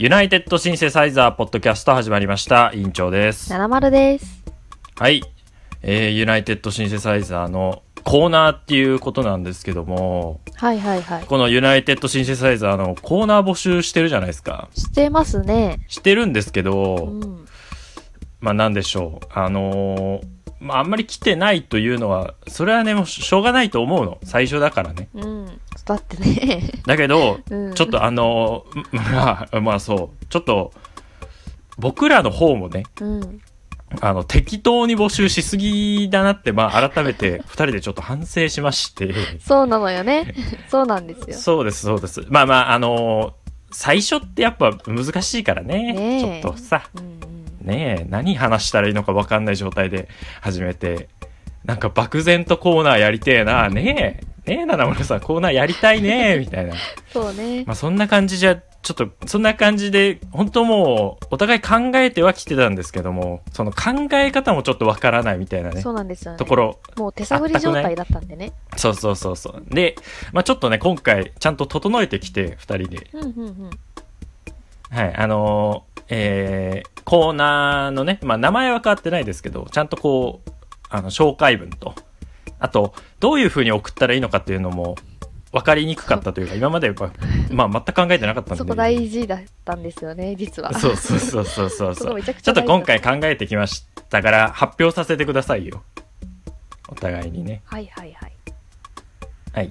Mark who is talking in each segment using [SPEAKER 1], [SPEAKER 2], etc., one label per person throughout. [SPEAKER 1] ユナイテッドシンセサイザーポッドキャスト始まりました。委員長です。
[SPEAKER 2] ななまるです。
[SPEAKER 1] はい。えー、ユナイテッドシンセサイザーのコーナーっていうことなんですけども、
[SPEAKER 2] はいはいはい。
[SPEAKER 1] このユナイテッドシンセサイザーのコーナー募集してるじゃないですか。
[SPEAKER 2] してますね。
[SPEAKER 1] してるんですけ
[SPEAKER 2] う
[SPEAKER 1] ど、
[SPEAKER 2] ん。
[SPEAKER 1] まあなんでしょう。あのーまああんまり来てないというのは、それはね、もうしょうがないと思うの。最初だからね。
[SPEAKER 2] うん。だってね。
[SPEAKER 1] だけど、
[SPEAKER 2] うん
[SPEAKER 1] ちょっとあのー まあ、まあそう、ちょっと、僕らの方もね、
[SPEAKER 2] うん。
[SPEAKER 1] あの、適当に募集しすぎだなって、まあ、改めて二人でちょっと反省しまして。
[SPEAKER 2] そうなのよね。そうなんですよ。
[SPEAKER 1] そうです、そうです。まあまあ、あのー最初ってやっぱ難しいからね。
[SPEAKER 2] ねえ
[SPEAKER 1] ちょっとさ、
[SPEAKER 2] うんうん。
[SPEAKER 1] ねえ、何話したらいいのか分かんない状態で始めて、なんか漠然とコーナーやりてえな、ねえ、ねえ、七村さん、コーナーやりたいね え、みたいな。
[SPEAKER 2] そうね。
[SPEAKER 1] まあ、そんな感じじゃ、ちょっと、そんな感じで、本当もう、お互い考えてはきてたんですけども、その考え方もちょっとわからないみたいなね
[SPEAKER 2] そ、うなんですよね
[SPEAKER 1] と。ころ
[SPEAKER 2] もう手探り状態だったんでね。
[SPEAKER 1] そうそうそうそう。で、まあ、ちょっとね、今回、ちゃんと整えてきて、二人で。
[SPEAKER 2] うんうんうん。
[SPEAKER 1] はい、あのーえーコーナーのね、まあ、名前は変わってないですけど、ちゃんとこう、あの、紹介文と、あと、どういう風に送ったらいいのかっていうのも、分かりにくかったというか、今までやっぱ、まあ、全く考えてなかったんで。
[SPEAKER 2] そこ大事だったんですよね、実は。
[SPEAKER 1] そうそうそうそうそう
[SPEAKER 2] そ
[SPEAKER 1] そ
[SPEAKER 2] こ
[SPEAKER 1] う。
[SPEAKER 2] めちゃくち
[SPEAKER 1] ちょ
[SPEAKER 2] ゃ
[SPEAKER 1] っと今回考えてきましたから、発表させてくださいよ。お互いにね。
[SPEAKER 2] 大事だ。はいはいはい。
[SPEAKER 1] はい。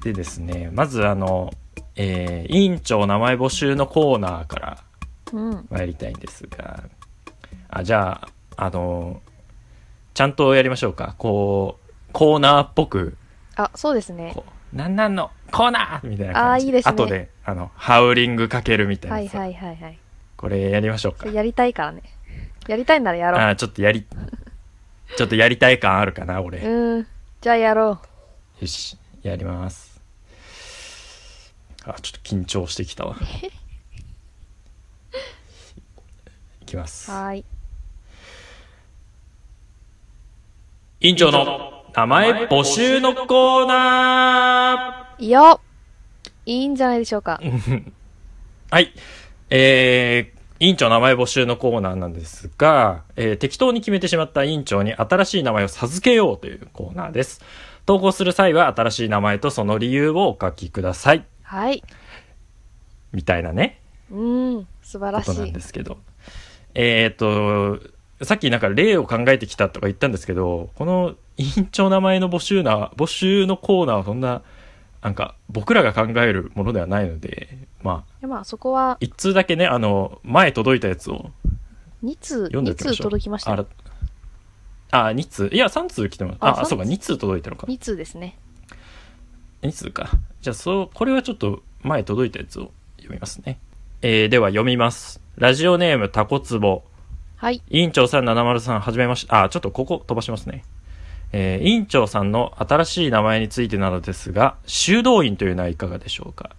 [SPEAKER 1] でですね、まずあの、えー委員長名前募集のコーナーから
[SPEAKER 2] うん。
[SPEAKER 1] 参りたいんですが、あ、じゃあ、あの、ちゃんとやりましょうか。こう、コーナーっぽく、
[SPEAKER 2] あ、そうですね。
[SPEAKER 1] こう、なんなんのコーナーみたいな感じ。
[SPEAKER 2] あーいいですね
[SPEAKER 1] 後で、あの、ハウリングかけるみた
[SPEAKER 2] はいい
[SPEAKER 1] なさ、
[SPEAKER 2] はいはいはい。
[SPEAKER 1] これやりましょう
[SPEAKER 2] そ
[SPEAKER 1] か
[SPEAKER 2] れ。やりたいからね。やりたいならやろ
[SPEAKER 1] あーちょっとやり、ちょっとやりたい感あるかな、俺。
[SPEAKER 2] う。うん。じゃあやろ
[SPEAKER 1] よし、やります。あ、ちょっと緊張してきたわ。 いきま
[SPEAKER 2] う。
[SPEAKER 1] す。
[SPEAKER 2] はーい。
[SPEAKER 1] 委員長の名前募集のコーナ
[SPEAKER 2] いいよいいんじゃないでしょうか。
[SPEAKER 1] ーはい。えー、委員長名前募集のコーナーなんですが、えー適当に決めてしまった委員長に新しい名前を授けようというコーナーです。投稿する際は新しい名前とその理由をお書きください。
[SPEAKER 2] はい。
[SPEAKER 1] みたいなね。
[SPEAKER 2] うん、素晴らし
[SPEAKER 1] ことないんで。すけど。えーっと、さっきなんか例を考えてきたとか言ったんですけど、この委員長名前の募集な、募集のコーナーはそんな、なんか僕らが考えるものではないので、まあ、
[SPEAKER 2] でまあそこは
[SPEAKER 1] 一通だけね、あの、前届いたやつを
[SPEAKER 2] 2通、
[SPEAKER 1] 読んで
[SPEAKER 2] 2
[SPEAKER 1] おきま
[SPEAKER 2] 通
[SPEAKER 1] しょう。
[SPEAKER 2] 届きました
[SPEAKER 1] あ
[SPEAKER 2] ね。
[SPEAKER 1] らあ、2通いや、3通来てます。あ、
[SPEAKER 2] あ
[SPEAKER 1] そうか、
[SPEAKER 2] 三通
[SPEAKER 1] 2通届いたのか。
[SPEAKER 2] 2通ですね。
[SPEAKER 1] 2通か。じゃあ、そう、これはちょっと前届いたやつを読みますね。えーでは読みます。ラジオネームタコツボ。
[SPEAKER 2] はい。
[SPEAKER 1] 委員長さん、70さん、はじめまして。あ、ちょっとここ飛ばしますね。えー委員長さんの新しい名前についてなのですが、修道院というのはいかがでしょうか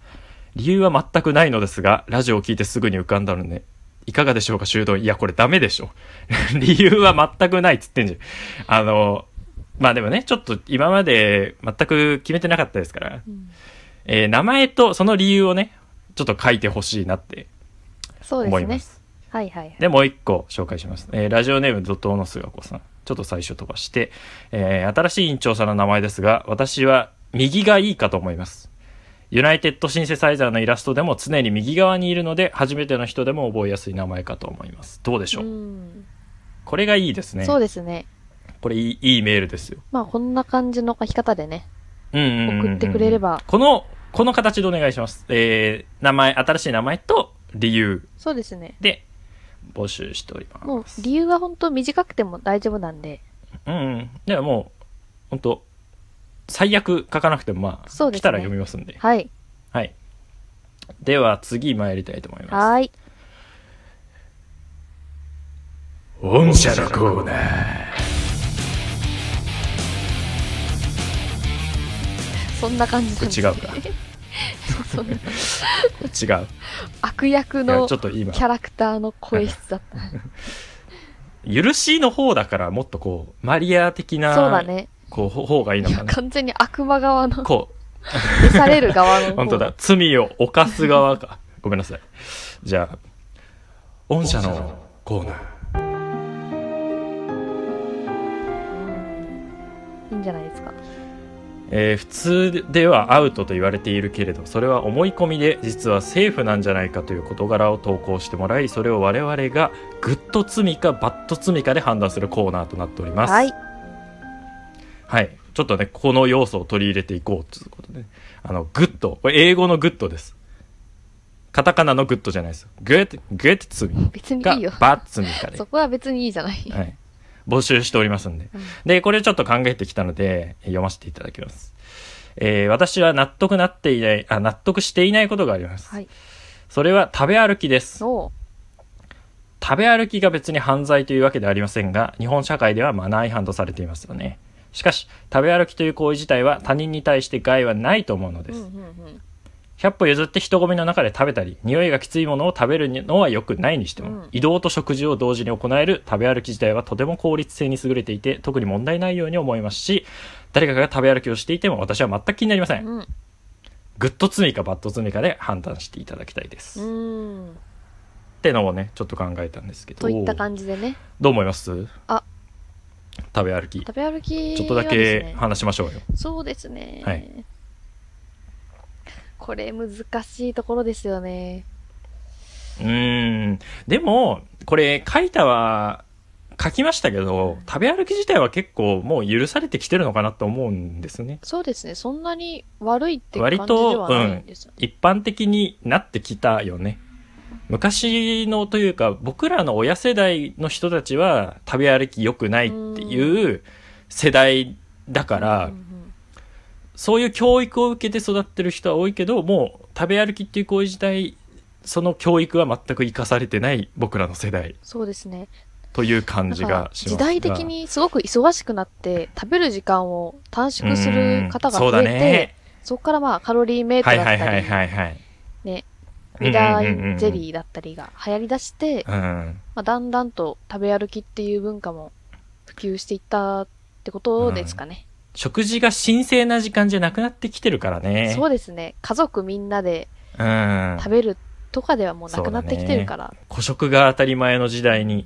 [SPEAKER 1] 理由は全くないのですが、ラジオを聞いてすぐに浮かんだので、いかがでしょうか修道院。いや、これダメでしょ。 理由は全くないっつってんじゃん。あの、まあでもね、ちょっと今まで全く決めてなかったですから、
[SPEAKER 2] うん
[SPEAKER 1] えー名前とその理由をね、ちょっと書いてほしいなって
[SPEAKER 2] そうで
[SPEAKER 1] 思
[SPEAKER 2] す
[SPEAKER 1] いま
[SPEAKER 2] ね
[SPEAKER 1] す。。
[SPEAKER 2] はいはいはい。
[SPEAKER 1] で、もう一個紹介します。えーラジオネーム怒涛の菅子さん。ちょっと最初飛ばして、えー新しい委員長さんの名前ですが、私は右がいいかと思います。ユナイテッドシンセサイザーのイラストでも常に右側にいるので、初めての人でも覚えやすい名前かと思います。どうでしょ
[SPEAKER 2] う
[SPEAKER 1] う、
[SPEAKER 2] ん、
[SPEAKER 1] これがいいですね。
[SPEAKER 2] そうですね。
[SPEAKER 1] これいいいいメールですよ。
[SPEAKER 2] まあこんな感じの書き方でね。
[SPEAKER 1] うんうんうんうん
[SPEAKER 2] 送ってくれれば
[SPEAKER 1] この、この形でお願いします。えー名前、新しい名前と理由
[SPEAKER 2] そうですね。
[SPEAKER 1] で募集しております。
[SPEAKER 2] もう理由は本当短くても大丈夫なんで。
[SPEAKER 1] うんうん。ではもう、本当最悪書かなくてもまあ、
[SPEAKER 2] そうですね
[SPEAKER 1] 来たら読みますんで。
[SPEAKER 2] はい。
[SPEAKER 1] はい。では次参りたいと思います。
[SPEAKER 2] はーい。
[SPEAKER 1] 御社のコーナー。
[SPEAKER 2] そんな感じなんです
[SPEAKER 1] 違う
[SPEAKER 2] ね
[SPEAKER 1] か。
[SPEAKER 2] そんな
[SPEAKER 1] 違う。
[SPEAKER 2] 悪役
[SPEAKER 1] いや
[SPEAKER 2] の
[SPEAKER 1] ち
[SPEAKER 2] キ
[SPEAKER 1] ょっと今、
[SPEAKER 2] ャラクターの声質だった。
[SPEAKER 1] 許しの方だからもっとこう、マリア的な、
[SPEAKER 2] そうだね。
[SPEAKER 1] こう、ほ方がいいの
[SPEAKER 2] い
[SPEAKER 1] か
[SPEAKER 2] や、
[SPEAKER 1] な。
[SPEAKER 2] 完全に悪魔側の、
[SPEAKER 1] こ
[SPEAKER 2] 消される側の
[SPEAKER 1] う、
[SPEAKER 2] 方。
[SPEAKER 1] 本当だ。罪を犯す側か。ごめんなさいじゃあ御社のコーナー
[SPEAKER 2] いいんじゃないですか。
[SPEAKER 1] えー普通ではアウトと言われているけれどそれは思い込みで実はセーフなんじゃないかという事柄を投稿してもらいそれを我々がグッド罪かバッド罪かで判断するコーナーとなっております
[SPEAKER 2] はい。
[SPEAKER 1] はいちょっとねこの要素を取り入れていこうということで、ね、あのグッドこれ英語のグッドですカタカナのグッドじゃないですグッグッ罪
[SPEAKER 2] 別に
[SPEAKER 1] か
[SPEAKER 2] いいよ。
[SPEAKER 1] バッ罪かで
[SPEAKER 2] そこは別にいいじゃない。
[SPEAKER 1] はい、募集しておりますんで、
[SPEAKER 2] うん
[SPEAKER 1] でこれちょっと考えてきたのでえー読ませていただきます、えー私は納得なっていないあ納得していないことがあります、
[SPEAKER 2] はい。
[SPEAKER 1] それは食べ歩きです
[SPEAKER 2] お
[SPEAKER 1] 食べ歩きが別に犯罪というわけではありませんが日本社会ではマナー違反とされていますよねしかし食べ歩きという行為自体は他人に対して害はないと思うの
[SPEAKER 2] う
[SPEAKER 1] で
[SPEAKER 2] う
[SPEAKER 1] す、
[SPEAKER 2] んうんうん。
[SPEAKER 1] 100歩譲って人混みの中で食べたり匂いがきついものを食べるのはよくないにしても、
[SPEAKER 2] うん
[SPEAKER 1] 移動と食事を同時に行える食べ歩き自体はとても効率性に優れていて特に問題ないように思いますし誰かが食べ歩きをしていても私は全く気になりません、
[SPEAKER 2] うん。
[SPEAKER 1] グッド罪かバッド罪かで判断していただきたいです、
[SPEAKER 2] う
[SPEAKER 1] っ
[SPEAKER 2] ーん。
[SPEAKER 1] てのをねちょっと考えたんですけど
[SPEAKER 2] といった感じでね。
[SPEAKER 1] どう思います
[SPEAKER 2] あ
[SPEAKER 1] 食べ歩き
[SPEAKER 2] 食べ歩き、
[SPEAKER 1] ちょっとだけ。話しましょうよ
[SPEAKER 2] そうですね。
[SPEAKER 1] はい
[SPEAKER 2] これ難しいところですよね。
[SPEAKER 1] うーんでもこれ書いたは書きましたけど食べ歩き自体は結構もう許されてきてるのかなと思うんですね
[SPEAKER 2] そうですね。そんなに悪いって感じ
[SPEAKER 1] 割
[SPEAKER 2] で
[SPEAKER 1] と
[SPEAKER 2] はないんですよね。
[SPEAKER 1] 一般的になってきたよね昔のというか僕らの親世代の人たちは食べ歩き良くないっていう世代だから、
[SPEAKER 2] うんうん
[SPEAKER 1] そういう教育を受けて育ってる人は多いけどもう食べ歩きっていう行為自体その教育は全く生かされてない僕らの世代
[SPEAKER 2] そうですね。
[SPEAKER 1] という感じ
[SPEAKER 2] なん
[SPEAKER 1] が
[SPEAKER 2] か
[SPEAKER 1] します
[SPEAKER 2] 時
[SPEAKER 1] が
[SPEAKER 2] 代的にすごく忙しくなって、食べる時間を短縮する方が
[SPEAKER 1] うんそう
[SPEAKER 2] 増
[SPEAKER 1] だ
[SPEAKER 2] えて
[SPEAKER 1] ね、
[SPEAKER 2] そこからまあカロリーメイト
[SPEAKER 1] は
[SPEAKER 2] だっ
[SPEAKER 1] いは
[SPEAKER 2] た
[SPEAKER 1] いはい
[SPEAKER 2] り、
[SPEAKER 1] はいはい
[SPEAKER 2] ね、
[SPEAKER 1] うんうんう
[SPEAKER 2] ビ
[SPEAKER 1] ん
[SPEAKER 2] ダ
[SPEAKER 1] うん
[SPEAKER 2] ージェリーだったりが流行り出して、
[SPEAKER 1] うん
[SPEAKER 2] まあ、だんだんと食べ歩きっていう文化も普及していったってことですかね。
[SPEAKER 1] 食事が神聖な時間じゃなくなってきてるからね
[SPEAKER 2] そうですね。家族みんなで
[SPEAKER 1] うん
[SPEAKER 2] 食べるとかではもうなくなってきてるから。
[SPEAKER 1] 孤食が当たり前の時代に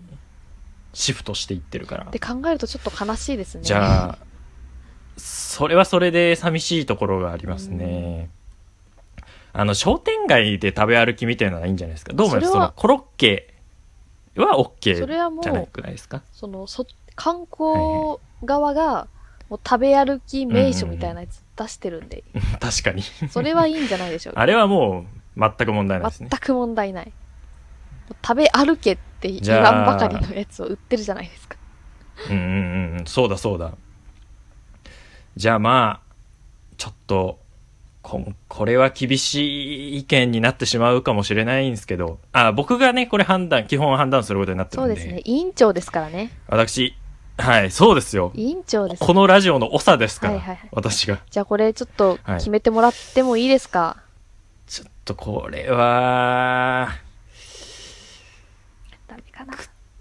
[SPEAKER 1] シフトしていってるから
[SPEAKER 2] って考えるとちょっと悲しいですね。
[SPEAKER 1] じゃあ、それはそれで寂しいところがありますね。あの、商店街で食べ歩きみたいなのはいいんじゃないですか。どう思います
[SPEAKER 2] そ
[SPEAKER 1] そ
[SPEAKER 2] れは
[SPEAKER 1] のコロッケは OK
[SPEAKER 2] それはもう
[SPEAKER 1] じゃないくないですか。
[SPEAKER 2] そのそ観光側がもう食べ歩き名所みたいなやつ出してるんで、
[SPEAKER 1] 確かに。
[SPEAKER 2] それはいいんじゃないでしょう
[SPEAKER 1] あ
[SPEAKER 2] か。
[SPEAKER 1] れはもう全く問題ないです
[SPEAKER 2] 全
[SPEAKER 1] ね。
[SPEAKER 2] く問題ない。食べ歩けって言わんばかりのやつを売ってるじゃないですか。
[SPEAKER 1] うんうんうん。そうだそうだ。じゃあまあ、ちょっと、こんこれは厳しい意見になってしまうかもしれないんですけど、あ、僕がね、これ判断、基本判断することになって
[SPEAKER 2] そ
[SPEAKER 1] るん
[SPEAKER 2] う
[SPEAKER 1] で。
[SPEAKER 2] ですね。委員長ですからね。
[SPEAKER 1] 私、はい、そうですよ。
[SPEAKER 2] 委員長です。
[SPEAKER 1] このラジオの長ですから、
[SPEAKER 2] はいはいはい
[SPEAKER 1] 私が。
[SPEAKER 2] じゃあこれちょっと
[SPEAKER 1] はい
[SPEAKER 2] 決めてもらってもいいですか、
[SPEAKER 1] ちょっとこれは、
[SPEAKER 2] ダメかな。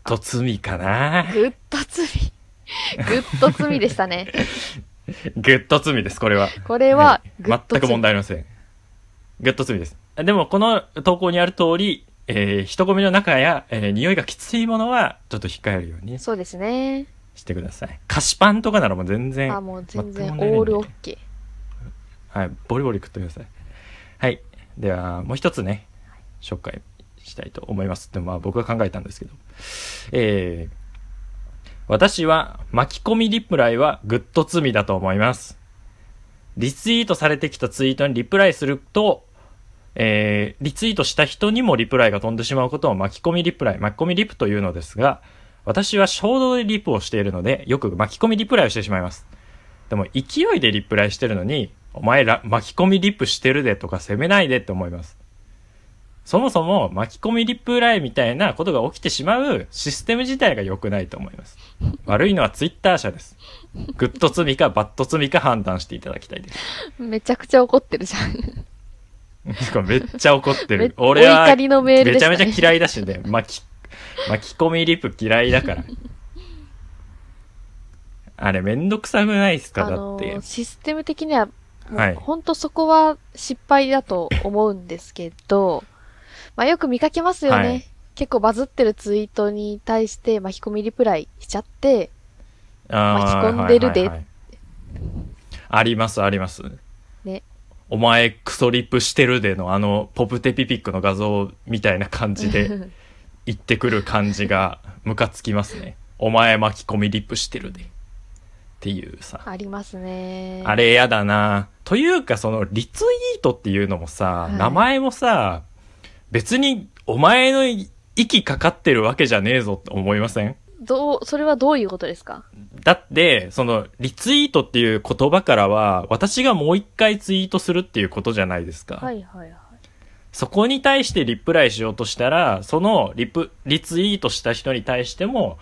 [SPEAKER 1] と罪かな。
[SPEAKER 2] グッド罪。グッド罪でしたね。
[SPEAKER 1] グッド罪です、これは。
[SPEAKER 2] これは
[SPEAKER 1] はい、
[SPEAKER 2] グッド罪
[SPEAKER 1] 全く問題ありません。グッド罪です。でも、この投稿にある通り、えー人混みの中や、えー匂いがきついものは、ちょっと控えるように
[SPEAKER 2] そうですね。
[SPEAKER 1] してください。菓子パンとかならもう全然
[SPEAKER 2] あ、、もう全
[SPEAKER 1] 全
[SPEAKER 2] 然
[SPEAKER 1] く問題ないね
[SPEAKER 2] オールオッケー。
[SPEAKER 1] はい、ボリボリ食ってください。はい。では、もう一つね、紹介したいと思います。でも、まあ僕が考えたんですけど。えー、私は巻き込みリプライはグッド罪だと思います。リツイートされてきたツイートにリプライすると、えーリツイートした人にもリプライが飛んでしまうことを巻き込みリプライ、巻き込みリプというのですが、私は衝動でリプをしているので、よく巻き込みリプライをしてしまいます。でも勢いでリプライしてるのに、お前ら巻き込みリプしてるでとか責めないでって思います。そもそも巻き込みリプライみたいなことが起きてしまうシステム自体が良くないと思います。悪いのはツイッター社です。グッド罪かバッド罪か判断していただきたいです。
[SPEAKER 2] めちゃくちゃ怒ってるじゃん。
[SPEAKER 1] めっちゃ怒って
[SPEAKER 2] め
[SPEAKER 1] る。俺は
[SPEAKER 2] お怒りのメールで
[SPEAKER 1] め
[SPEAKER 2] し
[SPEAKER 1] ち
[SPEAKER 2] た
[SPEAKER 1] ゃ
[SPEAKER 2] ね
[SPEAKER 1] めちゃ嫌いだしね。巻き、巻き込みリプ嫌いだから。あれめんどくさくないですか
[SPEAKER 2] あ
[SPEAKER 1] だ
[SPEAKER 2] の
[SPEAKER 1] って
[SPEAKER 2] ー。システム的には、
[SPEAKER 1] はい
[SPEAKER 2] 本当そこは失敗だと思うんですけど、まあよく見かけますよね。
[SPEAKER 1] はい
[SPEAKER 2] 結構バズってるツイートに対して巻き込みリプライしちゃって、
[SPEAKER 1] あー
[SPEAKER 2] 巻き込んでるで
[SPEAKER 1] はいはいはいありますあります
[SPEAKER 2] ね
[SPEAKER 1] お前クソリップしてるでのあのポプテピピックの画像みたいな感じ で言ってくる感じがムカつきますねお前巻き込みリップしてるでっていうさ
[SPEAKER 2] ありますね。
[SPEAKER 1] あれやだなというかそのリツイートっていうのもさ、
[SPEAKER 2] はい
[SPEAKER 1] 名前もさ別にお前の息かかってるわけじゃねえぞって思いません
[SPEAKER 2] どう、それはどういうことですか
[SPEAKER 1] だって、その、リツイートっていう言葉からは、私がもう一回ツイートするっていうことじゃないですか。
[SPEAKER 2] はいはいはい。
[SPEAKER 1] そこに対してリプライしようとしたら、そのリプ、リツイートした人に対しても、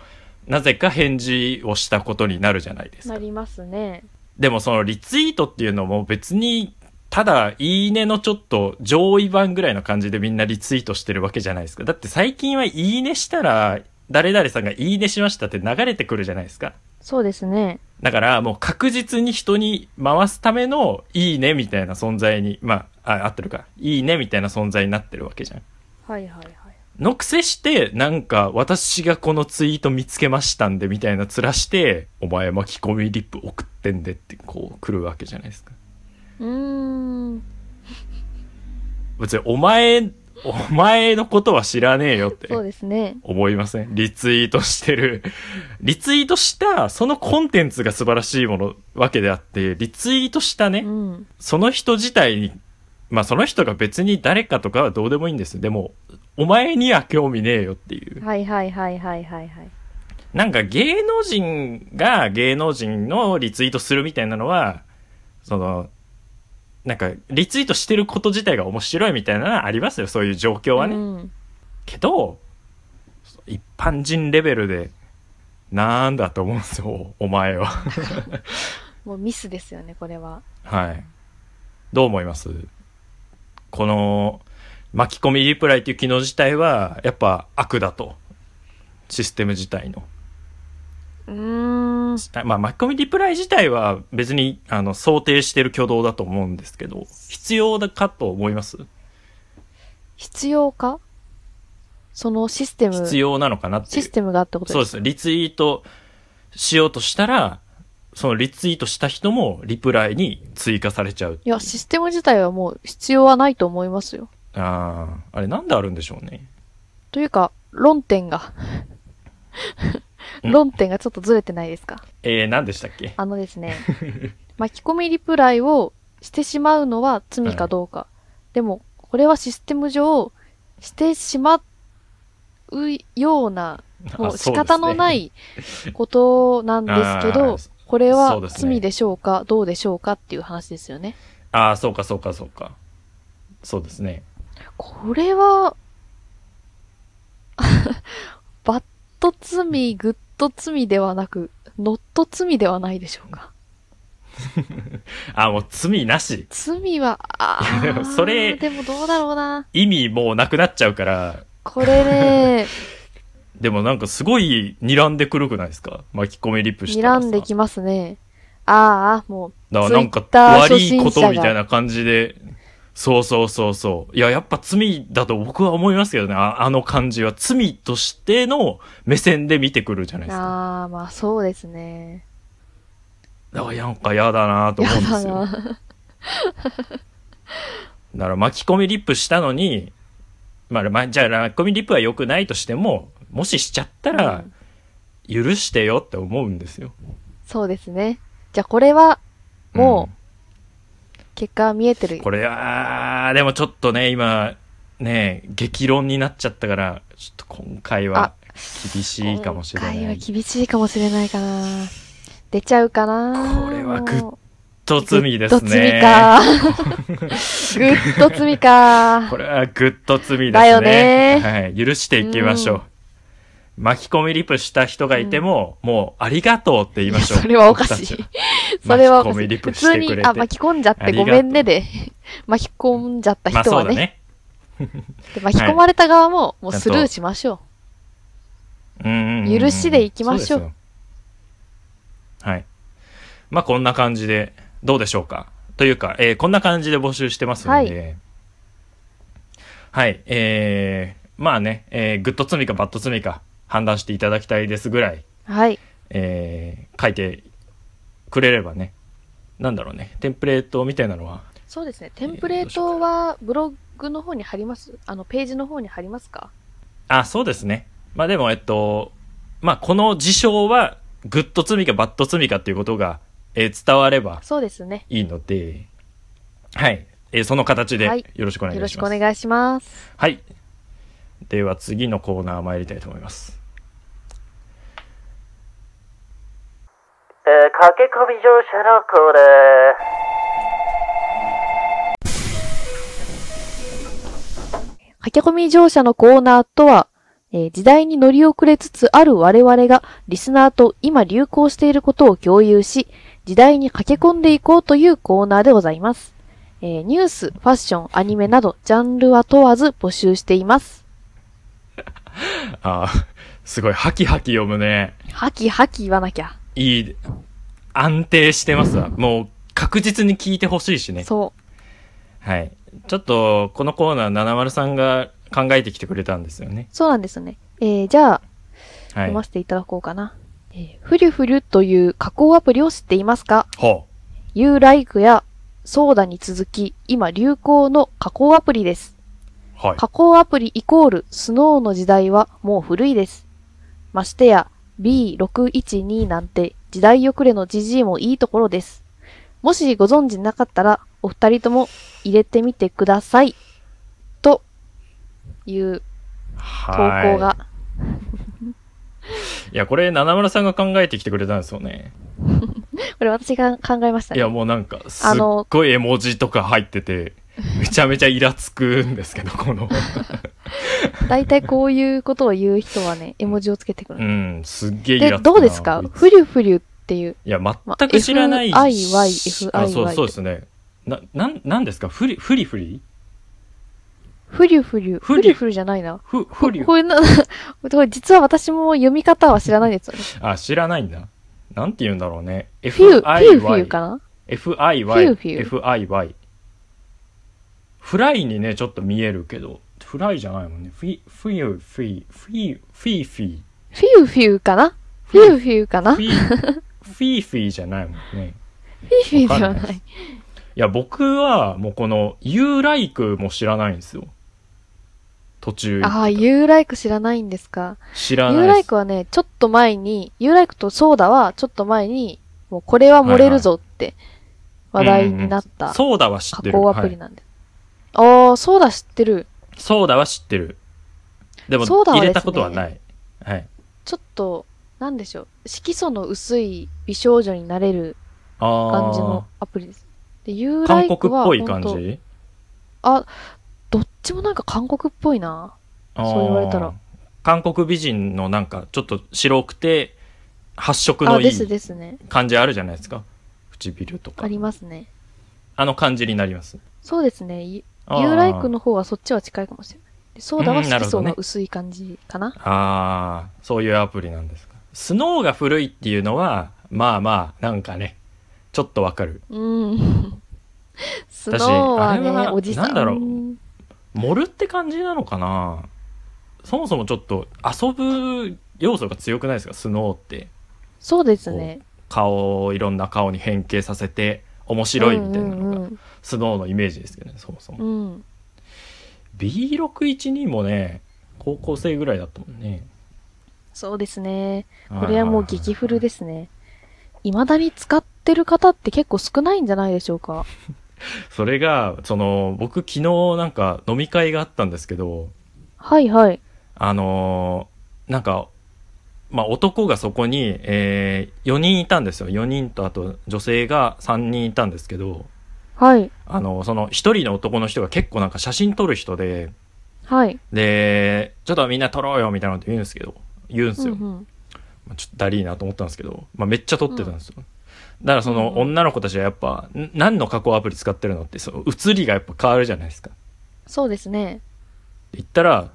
[SPEAKER 1] なぜか返事をしたことになるじゃないですか
[SPEAKER 2] な。りますね。
[SPEAKER 1] でもそのリツイートっていうのも別に、ただ、いいねのちょっと上位版ぐらいの感じでみんなリツイートしてるわけじゃないですか。だって最近はいいねしたら、誰々さんがいいねしましたって流れてくるじゃないですか。
[SPEAKER 2] そうですね。
[SPEAKER 1] だからもう確実に人に回すためのいいねみたいな存在に、まあ、あ、合ってるか。いいねみたいな存在になってるわけじゃん。
[SPEAKER 2] はいはいはい。
[SPEAKER 1] のくせして、なんか私がこのツイート見つけましたんでみたいな面して、お前巻き込みリップ送ってんでってこう来るわけじゃないですか。
[SPEAKER 2] うーん。
[SPEAKER 1] 別にお前、お前のことは知らねえよって
[SPEAKER 2] そうですね。
[SPEAKER 1] 思いません。リツイートしてる。リツイートしたそのコンテンツが素晴らしいものわけであって、リツイートしたね、
[SPEAKER 2] うん。
[SPEAKER 1] その人自体に、まあその人が別に誰かとかはどうでもいいんです。でも、お前には興味ねえよっていう。
[SPEAKER 2] はいはいはいはいはいはい。
[SPEAKER 1] なんか芸能人が芸能人のリツイートするみたいなのは、その、なんかリツイートしてること自体が面白いみたいなのはありますよ。そういう状況はね。
[SPEAKER 2] うん、
[SPEAKER 1] けど、一般人レベルで、なんだと思うんですよ、お前は。
[SPEAKER 2] もうミスですよね、これは。
[SPEAKER 1] はい。どう思いますこの巻き込みリプライという機能自体はやっぱ悪だと。システム自体の。
[SPEAKER 2] うーん。
[SPEAKER 1] あまあ巻き込みリプライ自体は別にあの想定してる挙動だと思うんですけど、必要だかと思います
[SPEAKER 2] 必要かそのシステム、
[SPEAKER 1] 必要なのかなってい
[SPEAKER 2] シ
[SPEAKER 1] う
[SPEAKER 2] ス。テムがあってこと
[SPEAKER 1] そう
[SPEAKER 2] で
[SPEAKER 1] ですす。リツイートしようとしたら、そのリツイートした人もリプライに追加されちゃうって。
[SPEAKER 2] いうや、システム自体はもう必要はないと思いますよ。
[SPEAKER 1] ああ、あれなんであるんでしょうね。、
[SPEAKER 2] というか、論点が
[SPEAKER 1] うん
[SPEAKER 2] 論点がちょっとずれてないですか
[SPEAKER 1] えー、何でしたっけ。
[SPEAKER 2] あのですね、 巻き込みリプライをしてしまうのは罪かどうか。でも、これはシステム上、してしまうような、もう仕方のないいことなんですけ
[SPEAKER 1] あ
[SPEAKER 2] ど、
[SPEAKER 1] ー
[SPEAKER 2] これ
[SPEAKER 1] そう
[SPEAKER 2] は
[SPEAKER 1] ですね
[SPEAKER 2] 罪でしょうかどうでしょうかっていう話ですよね。
[SPEAKER 1] ああ、そうかそうかそうか。そうですね。
[SPEAKER 2] これは、 バット罪、グッド罪ではなく、ノット罪ではないでしょうか。
[SPEAKER 1] あーもう罪なし。
[SPEAKER 2] 罪は、あ
[SPEAKER 1] いやでも
[SPEAKER 2] ー
[SPEAKER 1] それ
[SPEAKER 2] でもどうだろ うな。
[SPEAKER 1] 意味もうなくなっちゃうから、
[SPEAKER 2] これね、
[SPEAKER 1] でもなんかすごい睨んでくるくないですか巻き込みリップしたら
[SPEAKER 2] 睨
[SPEAKER 1] さ。
[SPEAKER 2] んできますね。あーあー、もう、
[SPEAKER 1] だからなんか
[SPEAKER 2] Twitter
[SPEAKER 1] 悪いこ
[SPEAKER 2] 初心者
[SPEAKER 1] と
[SPEAKER 2] が
[SPEAKER 1] みたいな感じで、そうそうそうそう。いや、やっぱ罪だと僕は思いますけどね、ああの感じは。罪としての目線で見てくるじゃないですか。
[SPEAKER 2] あー、まあそうですね。
[SPEAKER 1] だからなんか嫌だなと
[SPEAKER 2] や
[SPEAKER 1] 思うんで
[SPEAKER 2] だ
[SPEAKER 1] すよ。だ
[SPEAKER 2] な。
[SPEAKER 1] から巻き込みリップしたのに、まあ、まあじゃあ巻き込みリップは良くないとしても、もししちゃったら
[SPEAKER 2] うん、
[SPEAKER 1] 許してよって思うんですよ。
[SPEAKER 2] そうですね。じゃあこれは、も
[SPEAKER 1] う
[SPEAKER 2] う、結果は見えてる。
[SPEAKER 1] んこれは、でもちょっとね、今、ね、激論になっちゃったから、ちょっと今回は厳しいかもしれない。
[SPEAKER 2] 今回は厳しいかもしれないかな。出ちゃうかな。
[SPEAKER 1] これはグッ
[SPEAKER 2] も
[SPEAKER 1] グッド
[SPEAKER 2] う
[SPEAKER 1] 罪ですね。
[SPEAKER 2] グッ ド罪か。グッド罪か
[SPEAKER 1] こ。れはグッド罪ですね。
[SPEAKER 2] だよね
[SPEAKER 1] はい。許していきましょう。
[SPEAKER 2] うん
[SPEAKER 1] 巻き込みリプした人がいても、もう、ありがとうって言いましょう。
[SPEAKER 2] いやそれはおかしい
[SPEAKER 1] 僕たちは。
[SPEAKER 2] それはおか
[SPEAKER 1] 巻き込
[SPEAKER 2] し
[SPEAKER 1] み
[SPEAKER 2] い、
[SPEAKER 1] リプ
[SPEAKER 2] 普
[SPEAKER 1] して
[SPEAKER 2] 通
[SPEAKER 1] くれ
[SPEAKER 2] に、
[SPEAKER 1] て。
[SPEAKER 2] あ、巻き込んじゃっ
[SPEAKER 1] あ
[SPEAKER 2] て
[SPEAKER 1] りが
[SPEAKER 2] ご
[SPEAKER 1] とう
[SPEAKER 2] めんねで、巻き込んじゃった
[SPEAKER 1] まあ
[SPEAKER 2] 人
[SPEAKER 1] そう
[SPEAKER 2] は
[SPEAKER 1] だ
[SPEAKER 2] ね、
[SPEAKER 1] ね。
[SPEAKER 2] で巻き込まれた側も、もう
[SPEAKER 1] ちゃんと
[SPEAKER 2] スルーしましょ
[SPEAKER 1] うんうんうんうん
[SPEAKER 2] 許しでいきましょ
[SPEAKER 1] そで
[SPEAKER 2] う
[SPEAKER 1] すよはい。まあこんな感じで、どうでしょうか。というか、えーこんな感じで募集してますので、はい。えー、まあね、えー、グッド罪かバッド罪か判断していただきたいですぐらい、
[SPEAKER 2] はい。
[SPEAKER 1] えー、書いてくれればね、なんだろうね、テンプレートみたいなのは、
[SPEAKER 2] そうですね。テンプレートはブログの方に貼りますあの、ページの方に貼りますか
[SPEAKER 1] あ、そうですね。まあでも、えっと、まあこの事象は、グッド罪かバッド罪かっていうことが、えー伝われば
[SPEAKER 2] そうですね。
[SPEAKER 1] いいので、はい。えーその形で
[SPEAKER 2] はい
[SPEAKER 1] よろしくお願い
[SPEAKER 2] よ
[SPEAKER 1] し
[SPEAKER 2] ろ
[SPEAKER 1] ます。
[SPEAKER 2] しくお願いします。
[SPEAKER 1] はい。では次のコーナー参りたいと思います。
[SPEAKER 3] えー駆け込み乗車のコーナー。
[SPEAKER 2] 駆け込み乗車のコーナーとは、えー時代に乗り遅れつつある我々がリスナーと今流行していることを共有し、時代に駆け込んでいこうというコーナーでございます。えーニュース、ファッション、アニメなど、ジャンルは問わず募集しています。
[SPEAKER 1] あー すごい、ハキハキ読むね。
[SPEAKER 2] ハキハキ言わなきゃ。
[SPEAKER 1] いい、安定してますわ。もう確実に聞いてほしいしね。
[SPEAKER 2] そ
[SPEAKER 1] はい。ちょっと、このコーナー、七丸さんが考えてきてくれたんですよね
[SPEAKER 2] う。。そうなんですね。えーじゃあ、
[SPEAKER 1] は
[SPEAKER 2] 読
[SPEAKER 1] い
[SPEAKER 2] ま。せていただこうかな。えーフリュフリュという加工アプリを知っていますか
[SPEAKER 1] ほう。
[SPEAKER 2] ユーライクやソーダに続き、今流行の加工アプリです。
[SPEAKER 1] はい。
[SPEAKER 2] 加工アプリイコールスノーの時代はもう古いです。ましてや B612 なんて時代遅れのジジイもいいところです。もしご存知なかったらお二人とも入れてみてください。という投稿
[SPEAKER 1] はい。
[SPEAKER 2] が。
[SPEAKER 1] いや、これ、七丸さんが考えてきてくれたんですよね。
[SPEAKER 2] これ私が考えました
[SPEAKER 1] いや、
[SPEAKER 2] ね。
[SPEAKER 1] もうなんか、す
[SPEAKER 2] あ
[SPEAKER 1] っ
[SPEAKER 2] の
[SPEAKER 1] ごい絵文字とか入ってて、めちゃめちゃイラつくんですけど、 この。
[SPEAKER 2] だいたいこういうことを言う人はね、絵文字をつけてく
[SPEAKER 1] う
[SPEAKER 2] る。
[SPEAKER 1] ん、すっげえイラつく
[SPEAKER 2] で、
[SPEAKER 1] な
[SPEAKER 2] どうですか
[SPEAKER 1] こいつ
[SPEAKER 2] フリュフリュっていう。
[SPEAKER 1] いや、全く知らないし。
[SPEAKER 2] まあ FIY
[SPEAKER 1] あ、そう、
[SPEAKER 2] FIY
[SPEAKER 1] そうですね。な、なん、なんですかフリ、フリフリ
[SPEAKER 2] フリュフリ
[SPEAKER 1] フ
[SPEAKER 2] ュ。フ
[SPEAKER 1] リュ
[SPEAKER 2] リュフリュじゃないな。
[SPEAKER 1] フ、フリ
[SPEAKER 2] これな、 これ実は私も読み方は知らないんですよね。
[SPEAKER 1] あ、知らないんだ。なんて言うんだろうね。
[SPEAKER 2] フィュ、フィュフィュか
[SPEAKER 1] FIY。
[SPEAKER 2] な
[SPEAKER 1] FIY
[SPEAKER 2] フィュフィ。
[SPEAKER 1] FIY。フライにね、ちょっと見えるけど、フライじゃないもんね。フィ、フィュ、フィ、フィ、フィフィ。
[SPEAKER 2] フィュフィュかなフィュフィュかな
[SPEAKER 1] フ
[SPEAKER 2] フィ
[SPEAKER 1] ィ、フィフィじゃないもんね。
[SPEAKER 2] フィュでは
[SPEAKER 1] わかん
[SPEAKER 2] な
[SPEAKER 1] ない
[SPEAKER 2] い。
[SPEAKER 1] いや、僕はもうこの You Like も知らないんですよ。途中。
[SPEAKER 2] ああ、ユーライク知らないんですか。
[SPEAKER 1] 知
[SPEAKER 2] ユ
[SPEAKER 1] らない
[SPEAKER 2] ー
[SPEAKER 1] です
[SPEAKER 2] ライクはね、ちょっと前に、ユーライクとソーダはちょっと前に、もうこれは漏れるぞって話題になっ
[SPEAKER 1] うんうん
[SPEAKER 2] た
[SPEAKER 1] ソーダは知っ
[SPEAKER 2] 加
[SPEAKER 1] てる。
[SPEAKER 2] 工アプ
[SPEAKER 1] は
[SPEAKER 2] リ
[SPEAKER 1] い
[SPEAKER 2] なんです。ああ、ソーダ知ってる。
[SPEAKER 1] ソーダは知ってる。でも、
[SPEAKER 2] ソーダは
[SPEAKER 1] 入
[SPEAKER 2] で
[SPEAKER 1] れ
[SPEAKER 2] すね
[SPEAKER 1] たことはない。はい。
[SPEAKER 2] ちょっと、なんでしょう。色素の薄い美少女になれる
[SPEAKER 1] あー
[SPEAKER 2] 感じのアプリです。で、ユーラ
[SPEAKER 1] 韓
[SPEAKER 2] イク
[SPEAKER 1] 国っ
[SPEAKER 2] は
[SPEAKER 1] ぽ
[SPEAKER 2] 本
[SPEAKER 1] い
[SPEAKER 2] 当、
[SPEAKER 1] 感じ
[SPEAKER 2] どっちもなんか韓国っぽいな。
[SPEAKER 1] あー
[SPEAKER 2] そう言われたら
[SPEAKER 1] 韓国美人のなんか、ちょっと白くて、発色
[SPEAKER 2] あ、
[SPEAKER 1] のい
[SPEAKER 2] です
[SPEAKER 1] い
[SPEAKER 2] ですね。
[SPEAKER 1] 感じあるじゃないですか。唇とか
[SPEAKER 2] あ。りますね。
[SPEAKER 1] あの感じになります。
[SPEAKER 2] そうですね。ユ
[SPEAKER 1] あー
[SPEAKER 2] ーライクの方はそっちは近いかもしれない。でソーダは
[SPEAKER 1] うんなる
[SPEAKER 2] 色
[SPEAKER 1] ほ
[SPEAKER 2] 素
[SPEAKER 1] どね
[SPEAKER 2] の薄い感じかな。
[SPEAKER 1] ああ、そういうアプリなんですか。スノーが古いっていうのは、まあまあ、なんかね、ちょっとわかる。
[SPEAKER 2] うん。スノーはね
[SPEAKER 1] 私あれ、は
[SPEAKER 2] おじさん。
[SPEAKER 1] なんだろう盛るって感じなのかなそもそもちょっと遊ぶ要素が強くないですかスノーって。
[SPEAKER 2] そうですね。
[SPEAKER 1] 顔をいろんな顔に変形させて面白いみたいな
[SPEAKER 2] うんう
[SPEAKER 1] のが
[SPEAKER 2] ん
[SPEAKER 1] スノーのイメージですけどねそもそも。
[SPEAKER 2] うん。うん。
[SPEAKER 1] B612 もね高校生ぐらいだったもんね。
[SPEAKER 2] そうですね。
[SPEAKER 1] こ
[SPEAKER 2] これはもう激古ですね。未だに使ってる方って結構少ないんじゃないでしょうか。
[SPEAKER 1] それがその僕昨日なんか飲み会があったんですけど
[SPEAKER 2] はいはい。
[SPEAKER 1] あのーなんか、まあ、男がそこに、え4人いたんですよ。4人と、あと女性が3人いたんですけど、
[SPEAKER 2] はい。
[SPEAKER 1] あの、その1人の男の人が結構なんか写真撮る人で、
[SPEAKER 2] はい。
[SPEAKER 1] で、ちょっとみんな撮ろうよみたいなこと言うんですけど、言うんですよ。
[SPEAKER 2] うんうん
[SPEAKER 1] まあちょっとだりーなと思ったんですけど、まあ、めっちゃ撮ってたんですよ。だからその女の子たちはやっぱ、ん何の加工アプリ使ってるのって、その写りがやっぱ変わるじゃないですか。
[SPEAKER 2] そうですね。
[SPEAKER 1] 言ったら、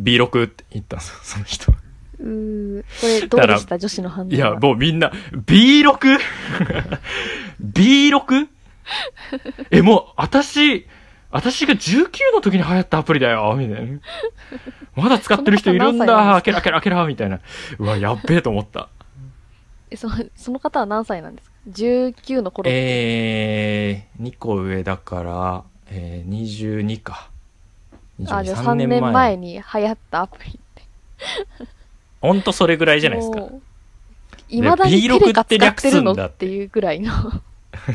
[SPEAKER 1] B6 って言ったんですよ、その人。
[SPEAKER 2] うーこれどうでした女子の反応は。
[SPEAKER 1] いや、もうみんな、B6?B6? え、もう、私、私が19の時に流行ったアプリだよみたいな。まだ使ってる人いるん
[SPEAKER 2] その方何歳なんです
[SPEAKER 1] だ
[SPEAKER 2] か
[SPEAKER 1] ケラケラケラみたいな。うわ、やっべえと思った。
[SPEAKER 2] え、その、その方は何歳なんですか ?19 の頃。
[SPEAKER 1] えー、2個上だから、えー、22か。
[SPEAKER 2] あ、じゃあ
[SPEAKER 1] 23
[SPEAKER 2] 3年
[SPEAKER 1] 年
[SPEAKER 2] 前
[SPEAKER 1] 前。
[SPEAKER 2] に流行ったアプリって。
[SPEAKER 1] ほんとそれぐらいじゃないですか。
[SPEAKER 2] もう。いまだにテレカ使ってるの
[SPEAKER 1] で B6 って略すんだ
[SPEAKER 2] っ
[SPEAKER 1] って
[SPEAKER 2] ていうぐらいの。う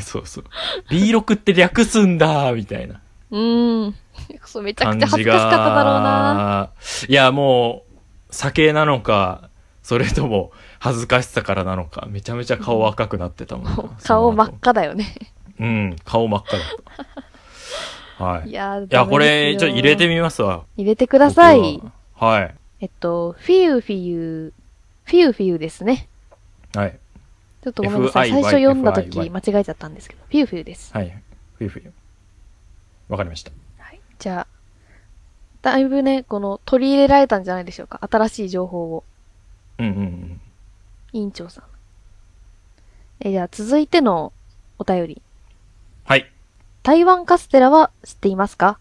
[SPEAKER 1] そうそう。B6 って略すんだみたいな
[SPEAKER 2] ーん。 そうめちゃく
[SPEAKER 1] 感
[SPEAKER 2] ちゃ恥
[SPEAKER 1] じ
[SPEAKER 2] ずかしかっただろうな。
[SPEAKER 1] が。いや、もう、酒なのか、それとも恥ずかしさからなのか、めちゃめちゃ顔赤くなってたもん
[SPEAKER 2] もう
[SPEAKER 1] な。
[SPEAKER 2] 顔
[SPEAKER 1] そ
[SPEAKER 2] 真
[SPEAKER 1] の
[SPEAKER 2] っ
[SPEAKER 1] 後
[SPEAKER 2] 赤だよね。
[SPEAKER 1] うん、顔真っ赤だった。はい。
[SPEAKER 2] い
[SPEAKER 1] い
[SPEAKER 2] やー、ダメですよ
[SPEAKER 1] や、これ、ちょっと入れてみますわ。
[SPEAKER 2] 入れてください。
[SPEAKER 1] 僕は。はい。
[SPEAKER 2] えっと、フィウフィウ、フィウフィウですね。
[SPEAKER 1] はい。
[SPEAKER 2] ちょっとごめんなさい。最
[SPEAKER 1] FIY
[SPEAKER 2] 初読んだとき
[SPEAKER 1] FIY
[SPEAKER 2] 間違えちゃったんですけど。フィウフィウです。
[SPEAKER 1] はい。ふゆふゆ。わかりました。
[SPEAKER 2] はい。じゃあ、だいぶね、この取り入れられたんじゃないでしょうか。新しい情報を、
[SPEAKER 1] うんうんうん。
[SPEAKER 2] 委員長さん。え、じゃあ続いてのお便り。
[SPEAKER 1] はい。
[SPEAKER 2] 台湾カステラは知っていますか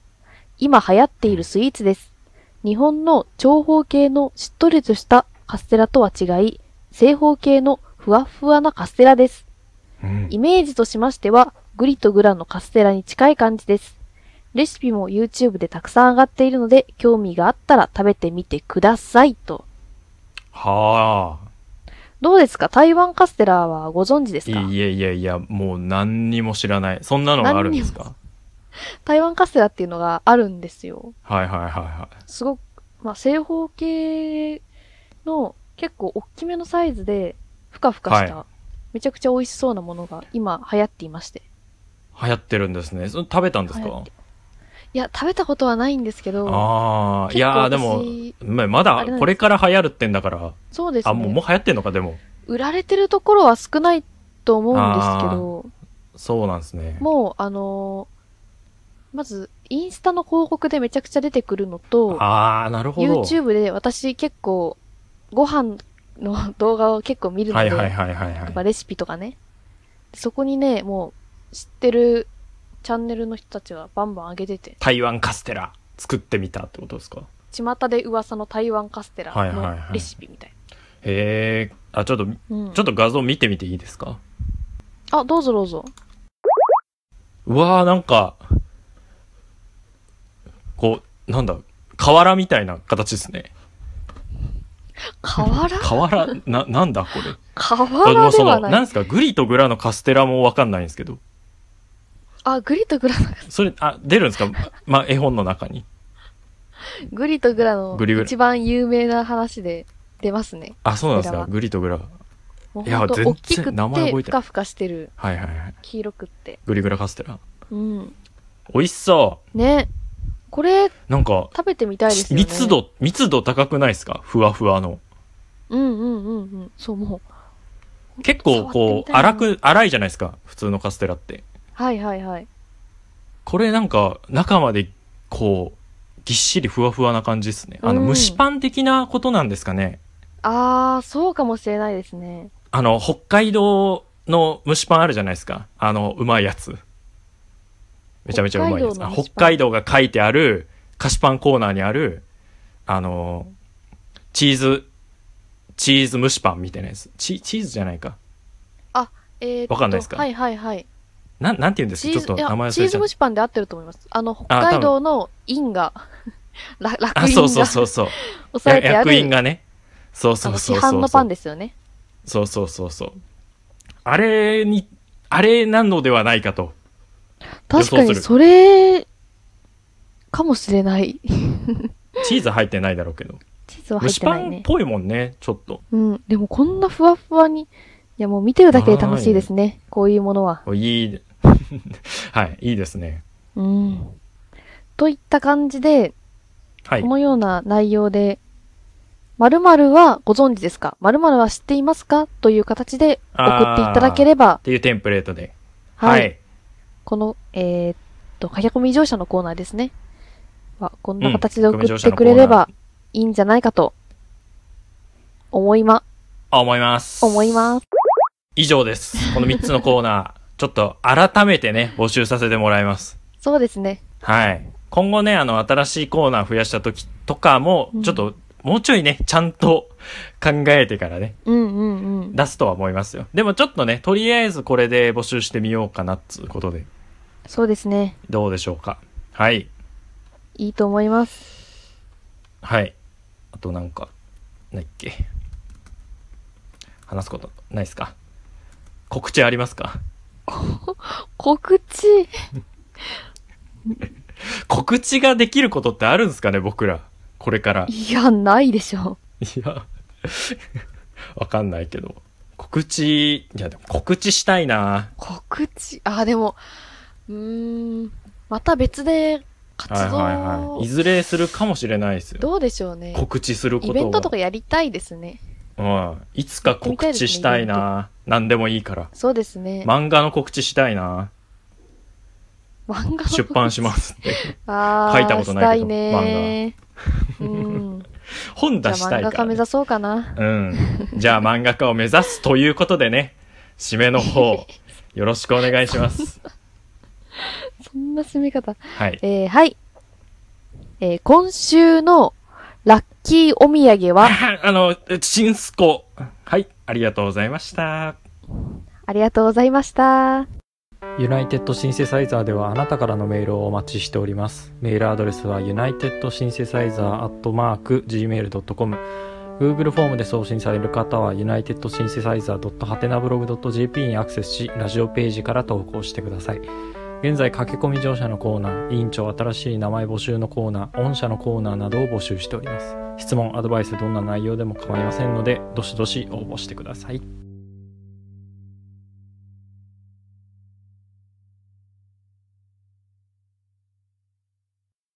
[SPEAKER 2] 今流行っているスイーツです。日本の長方形のしっとりとしたカステラとは違い、正方形のふわふわなカステラです。
[SPEAKER 1] うん
[SPEAKER 2] イメージとしましては、グリとグラのカステラに近い感じです。レシピも YouTube でたくさん上がっているので、興味があったら食べてみてくださいと。
[SPEAKER 1] はあ。
[SPEAKER 2] どうですか台湾カステラはご存知です
[SPEAKER 1] い
[SPEAKER 2] か
[SPEAKER 1] やいやいや、もう何にも知らない。そんなのがあるんですか
[SPEAKER 2] 台湾カステラっていうのがあるんですよ。
[SPEAKER 1] はいはいはいは
[SPEAKER 2] すごく、まあ、正方形の結構大きめのサイズで、ふかふかした、
[SPEAKER 1] は
[SPEAKER 2] めちゃくちゃ美味しそうなものが今流行っていまして。
[SPEAKER 1] い。流行ってるんですね。そ食べたんです
[SPEAKER 2] 流行っ
[SPEAKER 1] か
[SPEAKER 2] ていや、食べたことはないんですけど、
[SPEAKER 1] ああ、い
[SPEAKER 2] 結構
[SPEAKER 1] やーでも
[SPEAKER 2] 私、
[SPEAKER 1] まま
[SPEAKER 2] あ
[SPEAKER 1] だ
[SPEAKER 2] れなんです
[SPEAKER 1] これから流行るってんだから、
[SPEAKER 2] そうですね。
[SPEAKER 1] あ、もうもう流行ってんのか、でも。
[SPEAKER 2] 売られてるところは少ないと思うんですけど、
[SPEAKER 1] そうなんですね。
[SPEAKER 2] もう、あのーまず、インスタの広告でめちゃくちゃ出てくるのと、
[SPEAKER 1] ああ、なるほど。
[SPEAKER 2] YouTube で私結構、ご飯の動画を結構見るの
[SPEAKER 1] は
[SPEAKER 2] で、
[SPEAKER 1] いはいはいはい
[SPEAKER 2] やっ
[SPEAKER 1] は
[SPEAKER 2] ぱ
[SPEAKER 1] い。
[SPEAKER 2] レシピとかね。そこにね、もう、知ってるチャンネルの人たちがバンバン上げてて、
[SPEAKER 1] 台湾カステラ作ってみたってことですか
[SPEAKER 2] 巷で噂の台湾カステラ
[SPEAKER 1] はいはいはい
[SPEAKER 2] のレシピみたい
[SPEAKER 1] へえ、あ、ちょっと、ち
[SPEAKER 2] な。うん
[SPEAKER 1] ょっと画像見てみていいですか
[SPEAKER 2] あ、どうぞど うぞ。
[SPEAKER 1] うわーなんか、こう、なんだ、瓦みたいな形ですね。
[SPEAKER 2] 瓦
[SPEAKER 1] 瓦、な、なんだこれ。
[SPEAKER 2] 瓦で
[SPEAKER 1] そ
[SPEAKER 2] は
[SPEAKER 1] の、な
[SPEAKER 2] なんい。
[SPEAKER 1] ですか、グリとグラのカステラもわかんないんですけど。
[SPEAKER 2] あ、グリとグラの、
[SPEAKER 1] それ、あ、出るんですかま、絵本の中に。
[SPEAKER 2] グリとグラの
[SPEAKER 1] グリグラ
[SPEAKER 2] 一番有名な話で出ますね。
[SPEAKER 1] あ、そうなんです
[SPEAKER 2] グラ
[SPEAKER 1] か
[SPEAKER 2] は
[SPEAKER 1] グリとグラ。
[SPEAKER 2] もう
[SPEAKER 1] いや
[SPEAKER 2] ほんと
[SPEAKER 1] 全然
[SPEAKER 2] 大きくっ
[SPEAKER 1] 名前
[SPEAKER 2] て、
[SPEAKER 1] 覚え
[SPEAKER 2] ふ
[SPEAKER 1] てな
[SPEAKER 2] かふかしてる。
[SPEAKER 1] はいはいはい。
[SPEAKER 2] 黄色くって。
[SPEAKER 1] グリグラカステラ。
[SPEAKER 2] うん。
[SPEAKER 1] 美味しそ
[SPEAKER 2] ね。これ、
[SPEAKER 1] う。なんか、
[SPEAKER 2] 食べてみたいですよね。
[SPEAKER 1] 密。度、密度高くないですかふわふわの。
[SPEAKER 2] うんうんうんうん。そう、もう。
[SPEAKER 1] 結構こう、
[SPEAKER 2] 触ってみたいな
[SPEAKER 1] 荒く、荒いじゃないですか。普通のカステラって。
[SPEAKER 2] はいはいはい。
[SPEAKER 1] これなんか、中まで、こう、ぎっしりふわふわな感じですね。あの、
[SPEAKER 2] うん
[SPEAKER 1] 蒸しパン的なことなんですかね。
[SPEAKER 2] あー、そうかもしれないですね。
[SPEAKER 1] あの、北海道の蒸しパンあるじゃないですか。あの、うまいやつ。めちゃめちゃうまいやつ。
[SPEAKER 2] 北海道の
[SPEAKER 1] あ
[SPEAKER 2] 蒸しパン
[SPEAKER 1] 北海道が書いてある、菓子パンコーナーにある、あの、チーズ、チーズ蒸しパンみたいなやつ。チチーズじゃないか。
[SPEAKER 2] えーっと
[SPEAKER 1] わかんないですか
[SPEAKER 2] はいはいはい。
[SPEAKER 1] なん、なんて言うんです
[SPEAKER 2] チ
[SPEAKER 1] か
[SPEAKER 2] ー
[SPEAKER 1] ち
[SPEAKER 2] ズ
[SPEAKER 1] ょっと
[SPEAKER 2] いや
[SPEAKER 1] 名前忘
[SPEAKER 2] チー
[SPEAKER 1] れち
[SPEAKER 2] ズ
[SPEAKER 1] ゃっ
[SPEAKER 2] 蒸しパンで合ってると思います。あの、北海道の印が、 ら
[SPEAKER 1] た。
[SPEAKER 2] 楽
[SPEAKER 1] あ、
[SPEAKER 2] 印
[SPEAKER 1] そうそう
[SPEAKER 2] が
[SPEAKER 1] そうそう。
[SPEAKER 2] 押 されてあ
[SPEAKER 1] 役員
[SPEAKER 2] る、
[SPEAKER 1] がね。そう
[SPEAKER 2] あ
[SPEAKER 1] そ
[SPEAKER 2] の、
[SPEAKER 1] う
[SPEAKER 2] 市
[SPEAKER 1] そうそう。
[SPEAKER 2] 販のパンですよね。
[SPEAKER 1] そうそうそうそう。あれに、あれなのではないかと。予想
[SPEAKER 2] 確
[SPEAKER 1] する
[SPEAKER 2] かに、それ、かもしれ ない。
[SPEAKER 1] チーズ入ってないだろうけど。
[SPEAKER 2] チーズは
[SPEAKER 1] 蒸
[SPEAKER 2] 入っ
[SPEAKER 1] してパ
[SPEAKER 2] ない
[SPEAKER 1] ンっ
[SPEAKER 2] ね。
[SPEAKER 1] ぽいもんね、ちょっと。
[SPEAKER 2] うん。でも、こんなふわふわに、いや、もう見てるだけで楽しいですね。こういうものは。
[SPEAKER 1] おいい。 はい、いいですね。
[SPEAKER 2] うん。といった感じで、
[SPEAKER 1] はい
[SPEAKER 2] こ。のような内容で、〇〇はご存知ですか〇〇は知っていますかという形で送っていただけ
[SPEAKER 1] ば。
[SPEAKER 2] れば
[SPEAKER 1] っ、ていうテンプレートで。
[SPEAKER 2] は。
[SPEAKER 1] はいい。
[SPEAKER 2] この、えーっと、駆け込み乗車のコーナーですね。は、こんな形で送ってくれればいいんじゃないかと、思いま、
[SPEAKER 1] 思います。
[SPEAKER 2] 思います。
[SPEAKER 1] 以上です。この3つのコーナー、ちょっと改めてね、募集させてもらいます。
[SPEAKER 2] そうですね。
[SPEAKER 1] はい。今後ね、あの、新しいコーナー増やした時とかも
[SPEAKER 2] う、ん
[SPEAKER 1] ちょっと、もうちょいね、ちゃんと考えてからね、
[SPEAKER 2] うんうんうん。
[SPEAKER 1] 出すとは思いますよ。でもちょっとね、とりあえずこれで募集してみようかなっつうことで、
[SPEAKER 2] そうですね。
[SPEAKER 1] どうでしょうか。はい。
[SPEAKER 2] いいと思います。
[SPEAKER 1] はい。あとなんか、ないっけ。話すことないっすか告知ありますか
[SPEAKER 2] 告知。
[SPEAKER 1] 告知ができることってあるんですかね、僕ら。これから。
[SPEAKER 2] いや、ないでしょ。
[SPEAKER 1] いや、わかんないけど。告知、いやでも告知したいな
[SPEAKER 2] 告知。あ、でも、うーん。また別で活動、
[SPEAKER 1] いずれするかもしれないですよ。
[SPEAKER 2] どうでしょうね。
[SPEAKER 1] 告知すること
[SPEAKER 2] イ
[SPEAKER 1] を
[SPEAKER 2] ベントとかやりたいですね。
[SPEAKER 1] うん。いつか告知したいな何でもいいから。
[SPEAKER 2] そうですね。
[SPEAKER 1] 漫画の告知したい な
[SPEAKER 2] 漫画の
[SPEAKER 1] 出版しますって。
[SPEAKER 2] あー
[SPEAKER 1] 書いたことないけど
[SPEAKER 2] したねうん。
[SPEAKER 1] 本
[SPEAKER 2] じゃ
[SPEAKER 1] 出
[SPEAKER 2] あ
[SPEAKER 1] したい
[SPEAKER 2] 漫
[SPEAKER 1] か
[SPEAKER 2] 画家
[SPEAKER 1] ら
[SPEAKER 2] 目
[SPEAKER 1] ね、
[SPEAKER 2] 指そうかな。
[SPEAKER 1] うん。じゃあ漫画家を目指すということでね、締めの方、 よろしくお願いします。
[SPEAKER 2] そんな締め方。
[SPEAKER 1] はい。
[SPEAKER 2] えー、はい。えー、今週のラッキーお土産は、
[SPEAKER 1] ああの、ちんすこ。はい、ありがとうございました。
[SPEAKER 2] ありがとうございました。
[SPEAKER 4] ユナイテッドシンセサイザーではあなたからのメールをお待ちしております。メールアドレスは unitedsynthesizer.gmail.com Google フォームで送信される方は unitedsynthesizer.hatenablog.jp にアクセスし、ラジオページから投稿してください。現在、駆け込み乗車のコーナー、委員長新しい名前募集のコーナー、御社のコーナーなどを募集しております。質問、アドバイス、どんな内容でも構いませんので、どしどし応募してください。